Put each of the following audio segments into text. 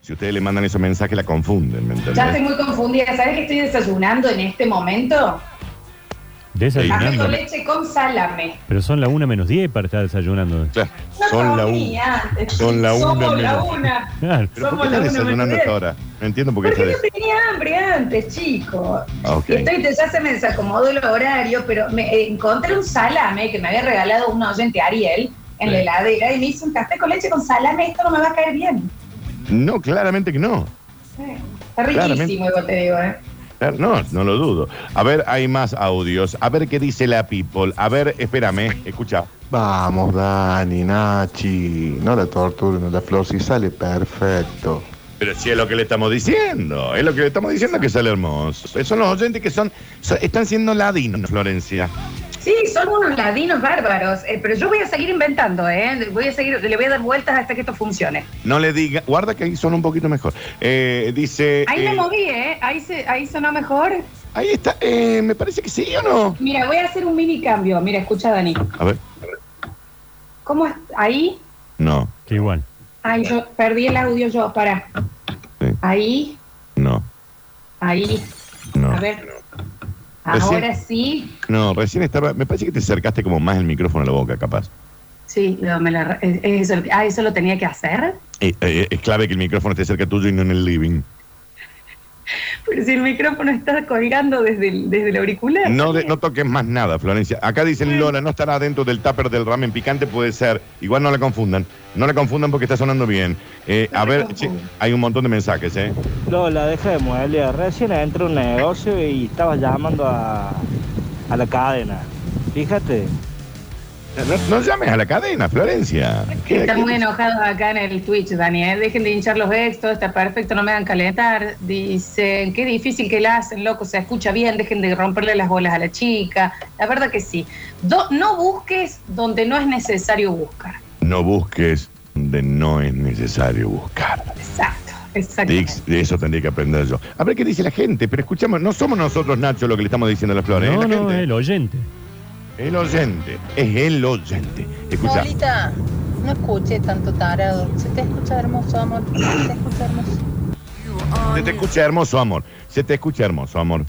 Si ustedes le mandan esos mensajes, la confunden, ¿me Ya estoy entendés? muy confundida. ¿Sabes qué estoy desayunando en este momento? Café Desayunando. con leche con salame. Pero son la una menos 10 para estar desayunando. Claro, No son la comí una. antes. son la una Somos la menos. una. Claro. ¿Pero por ¿eh? Somos qué la están una desayunando menos hasta ahora? No entiendo por qué está Porque des- yo tenía hambre antes, chicos. Ah, ok. Y estoy, te- ya se me desacomodó el horario, pero me eh, encontré un salame que me había regalado un oyente Ariel en la Sí. heladera y me hizo un café con leche con salame. Esto no me va a caer bien. No, claramente que no. Eh, Está Claramente. riquísimo, igual te digo, ¿eh? Claro, No, no lo dudo. A ver, hay más audios. A ver qué dice la people. A ver, espérame, escucha. Vamos, Dani, Nachi. No la torturen, la flor si sale perfecto. Pero si es lo que le estamos diciendo, es lo que le estamos diciendo que sale hermoso. Son los oyentes que son, son- están siendo ladinos, Florencia. Sí, son unos ladinos bárbaros, eh, pero yo voy a seguir inventando, ¿eh? Voy a seguir, le voy a dar vueltas hasta que esto funcione. No le diga, guarda que ahí son un poquito mejor. Eh, dice. Ahí me eh, moví, ¿eh? Ahí, se, ahí sonó mejor. ahí está, eh, me parece que sí o no. Mira, voy a hacer un mini cambio. Mira, escucha, Dani. A ver, ¿Cómo es? Ahí. no, Que igual. Ay, yo perdí el audio yo, para. Sí. Ahí, no, ahí. no. A ver. Recién- Ahora sí. No, recién estaba. Me parece que te acercaste como más el micrófono a la boca, capaz. Sí, no, me la- es- es eso, ah, eso lo tenía que hacer. Eh, eh, es clave que el micrófono esté cerca tuyo y no en el living. Pero si el micrófono está colgando desde el, desde el auricular. No, de- no toques más nada, Florencia. Acá dicen Lola, no estará dentro del tupper del ramen picante, puede ser. Igual no la confundan. No la confundan porque está sonando bien. Eh, No a la ver, confundan. che, hay un montón de mensajes, ¿eh? Lola, deja de muelear. Recién entré a un negocio y estabas llamando a, a la cadena. Fíjate. No, no llames a la cadena, Florencia. ¿Qué- Están qué- muy enojados acá en el Twitch, Daniel. Dejen de hinchar los extras, está perfecto, no me dan calentar. Dicen, qué difícil que la hacen, loco, se escucha bien, dejen de romperle las bolas a la chica. La verdad que sí. Do- no busques donde no es necesario buscar. No busques donde no es necesario buscar. Exacto, exacto. Dix, de eso tendría que aprender yo. A ver qué dice la gente, pero escuchamos, no somos nosotros, Nacho, lo que le estamos diciendo a las flores. No, ¿eh? La no, gente. el oyente. El oyente, es el oyente. Escucha, Lolita, no escuché tanto tarado. Se te escucha hermoso, amor. Se te escucha hermoso. se te escucha hermoso, amor. Se te escucha hermoso, amor.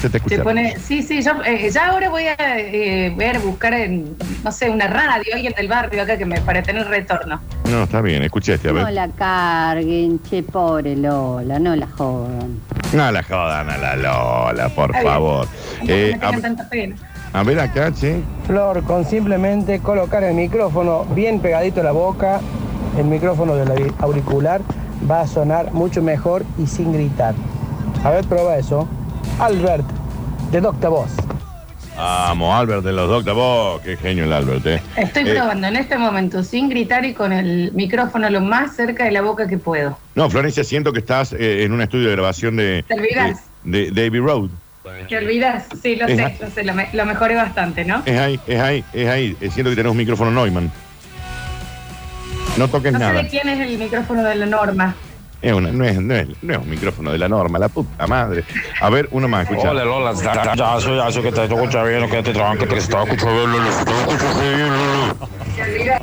Se te escucha Se hermoso. pone, sí, sí, yo eh, ya ahora voy a eh, ver, buscar, en, no sé, una radio, alguien del barrio acá que me para tener retorno. No, está bien, escuché este, a ver. No la carguen, che, pobre Lola, no la jodan. No la jodan a la Lola, por Está bien. favor. No Eh, me tengan a, tanta pena. a ver acá, che. Flor, con simplemente colocar el micrófono bien pegadito a la boca, el micrófono del auri- auricular va a sonar mucho mejor y sin gritar. A ver, prueba eso. Albert, de Docta Voz. Vamos, Albert de los Doctor Vos, qué genio el Albert, eh. Estoy Eh, probando en este momento, sin gritar y con el micrófono lo más cerca de la boca que puedo. No, Florencia, siento que estás eh, en un estudio de grabación de, Te olvidás. de, de Abbey Road. ¿Te olvidas? Sí, lo Esa- sé, lo sé, lo, me- lo mejoré bastante, ¿no? Es ahí, es ahí, es ahí. Eh, Siento que tenés un micrófono Neumann. No toques No sé nada. de quién es el micrófono de la norma. Es una- no, es, no es- no es un micrófono de la norma, la puta madre. A ver, uno más, escucha. Hola Lola, ya, ya, eso, ya, eso que te escucha bien, que te tranquilo, que te escucha bien, Lola, que te escucha bien, Lola. Te olvidás.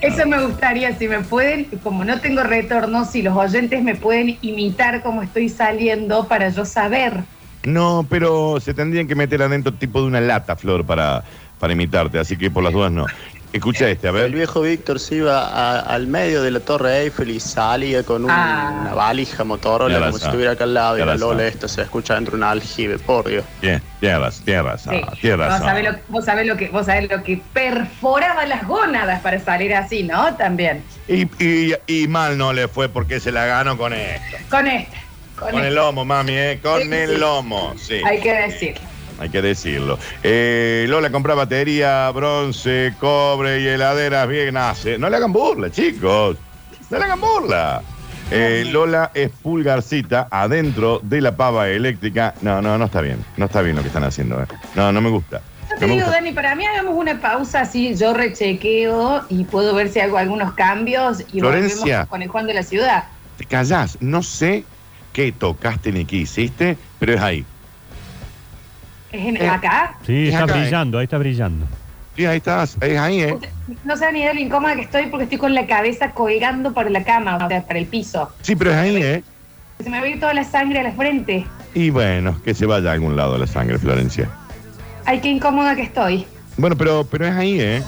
Eso me gustaría, si me pueden, como no tengo retorno, si los oyentes me pueden imitar como estoy saliendo para yo saber. No, pero se tendrían que meter adentro tipo de una lata, Flor, para, para imitarte. Así que por las dudas no. Escucha este, a El ver. viejo Víctor se iba a- al medio de la Torre Eiffel y salía con un- Ah. una valija Motorola Ya la como si sabe. estuviera acá al lado. Ya Y la la Lola sabe. esta se escucha dentro de un aljibe, por Dios. Bien, tierras, tierras, Sí. tierras. Vos sabés, lo, vos sabés lo que, vos sabés lo que perforaba las gónadas para salir así, ¿no? También. Y, y- y mal no le fue porque se la ganó con esto. Con esta. Con, Con el esta. lomo, mami, ¿eh? Con Sí, sí. el lomo, sí. Hay que decir. Hay que decirlo. Eh, Lola compra batería, bronce, cobre y heladeras bien hace. No le hagan burla, chicos. No le hagan burla. Eh, Lola es pulgarcita adentro de la pava eléctrica. No, no, no está bien. No está bien lo que están haciendo. eh. No, no me gusta. Yo te No me digo, eh. gusta. Dani, para mí hagamos una pausa así, yo rechequeo y puedo ver si hago algunos cambios y Florencia. volvemos con el Juan de la Ciudad. Te callás. No sé qué tocaste ni qué hiciste, pero es ahí. ¿Es en- Eh. acá? Sí, Es está acá, eh. brillando, ahí está brillando. Sí, ahí estás, es ahí, ¿eh? No sé ni de lo incómoda que estoy porque estoy con la cabeza colgando para la cama, o sea, para el piso. Sí, pero es ahí, ¿eh? Se me va a ir toda la sangre a la frente. Y bueno, que se vaya a algún lado la sangre, Florencia. Ay, qué incómoda que estoy. Bueno, pero, pero es ahí, ¿eh?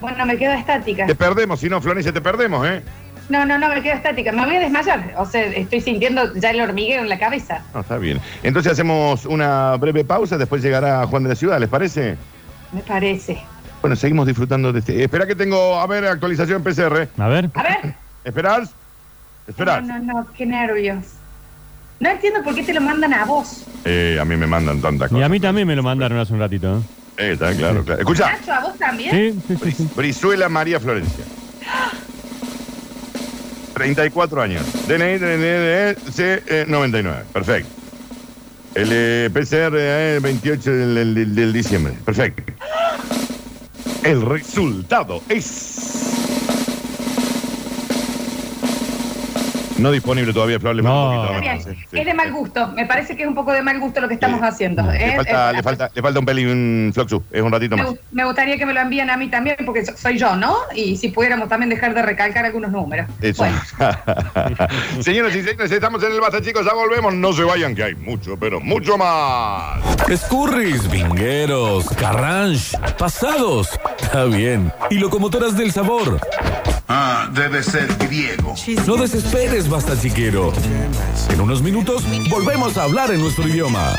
Bueno, me quedo estática. Te perdemos, si no, Florencia, te perdemos, ¿eh? No, no, no, me quedo estática. Me voy a desmayar. O sea, estoy sintiendo ya el hormigueo en la cabeza. No, Ah, está bien. Entonces hacemos una breve pausa, después llegará Juan de la Ciudad, ¿les parece? Me parece. Bueno, seguimos disfrutando de este. Espera que tengo, a ver, actualización PCR. A ver. A ver. ¿Esperar? No, ¿Esperar? no, no, qué nervios. No entiendo por qué te lo mandan a vos. Eh, a mí me mandan tantas Y cosas. a mí también me lo mandaron hace un ratito. ¿eh? Eh, está claro, claro. Escucha, Nacho, ¿a vos también? Sí, sí, sí, sí. Bris- Brizuela María Florencia. 34 años. DNI, DNI, C, eh, 99. Perfecto. El eh, PCR eh, 28 del, del- del- del diciembre. Perfecto. El resultado es. No disponible todavía, Flor. Le mando No. un Está poquito bien. más. Sí, sí. Es de mal gusto. Me parece que es un poco de mal gusto lo que estamos Sí. haciendo. Le ¿eh? falta, Eh, le falta, le falta un pelín, un floxu. Es un ratito me, más. gu- me gustaría que me lo envíen a mí también, porque so- soy yo, ¿no? Y si pudiéramos también dejar de recalcar algunos números. Eso. Bueno, Señoras y señores, estamos en el Basta, chicos. Ya volvemos. No se vayan, que hay mucho, pero mucho más. Escurris, vingueros, carranche, pasados. Está bien. Y locomotoras del sabor. Ah, debe ser griego. No desesperes, basta chiquero. En unos minutos volvemos a hablar en nuestro idioma.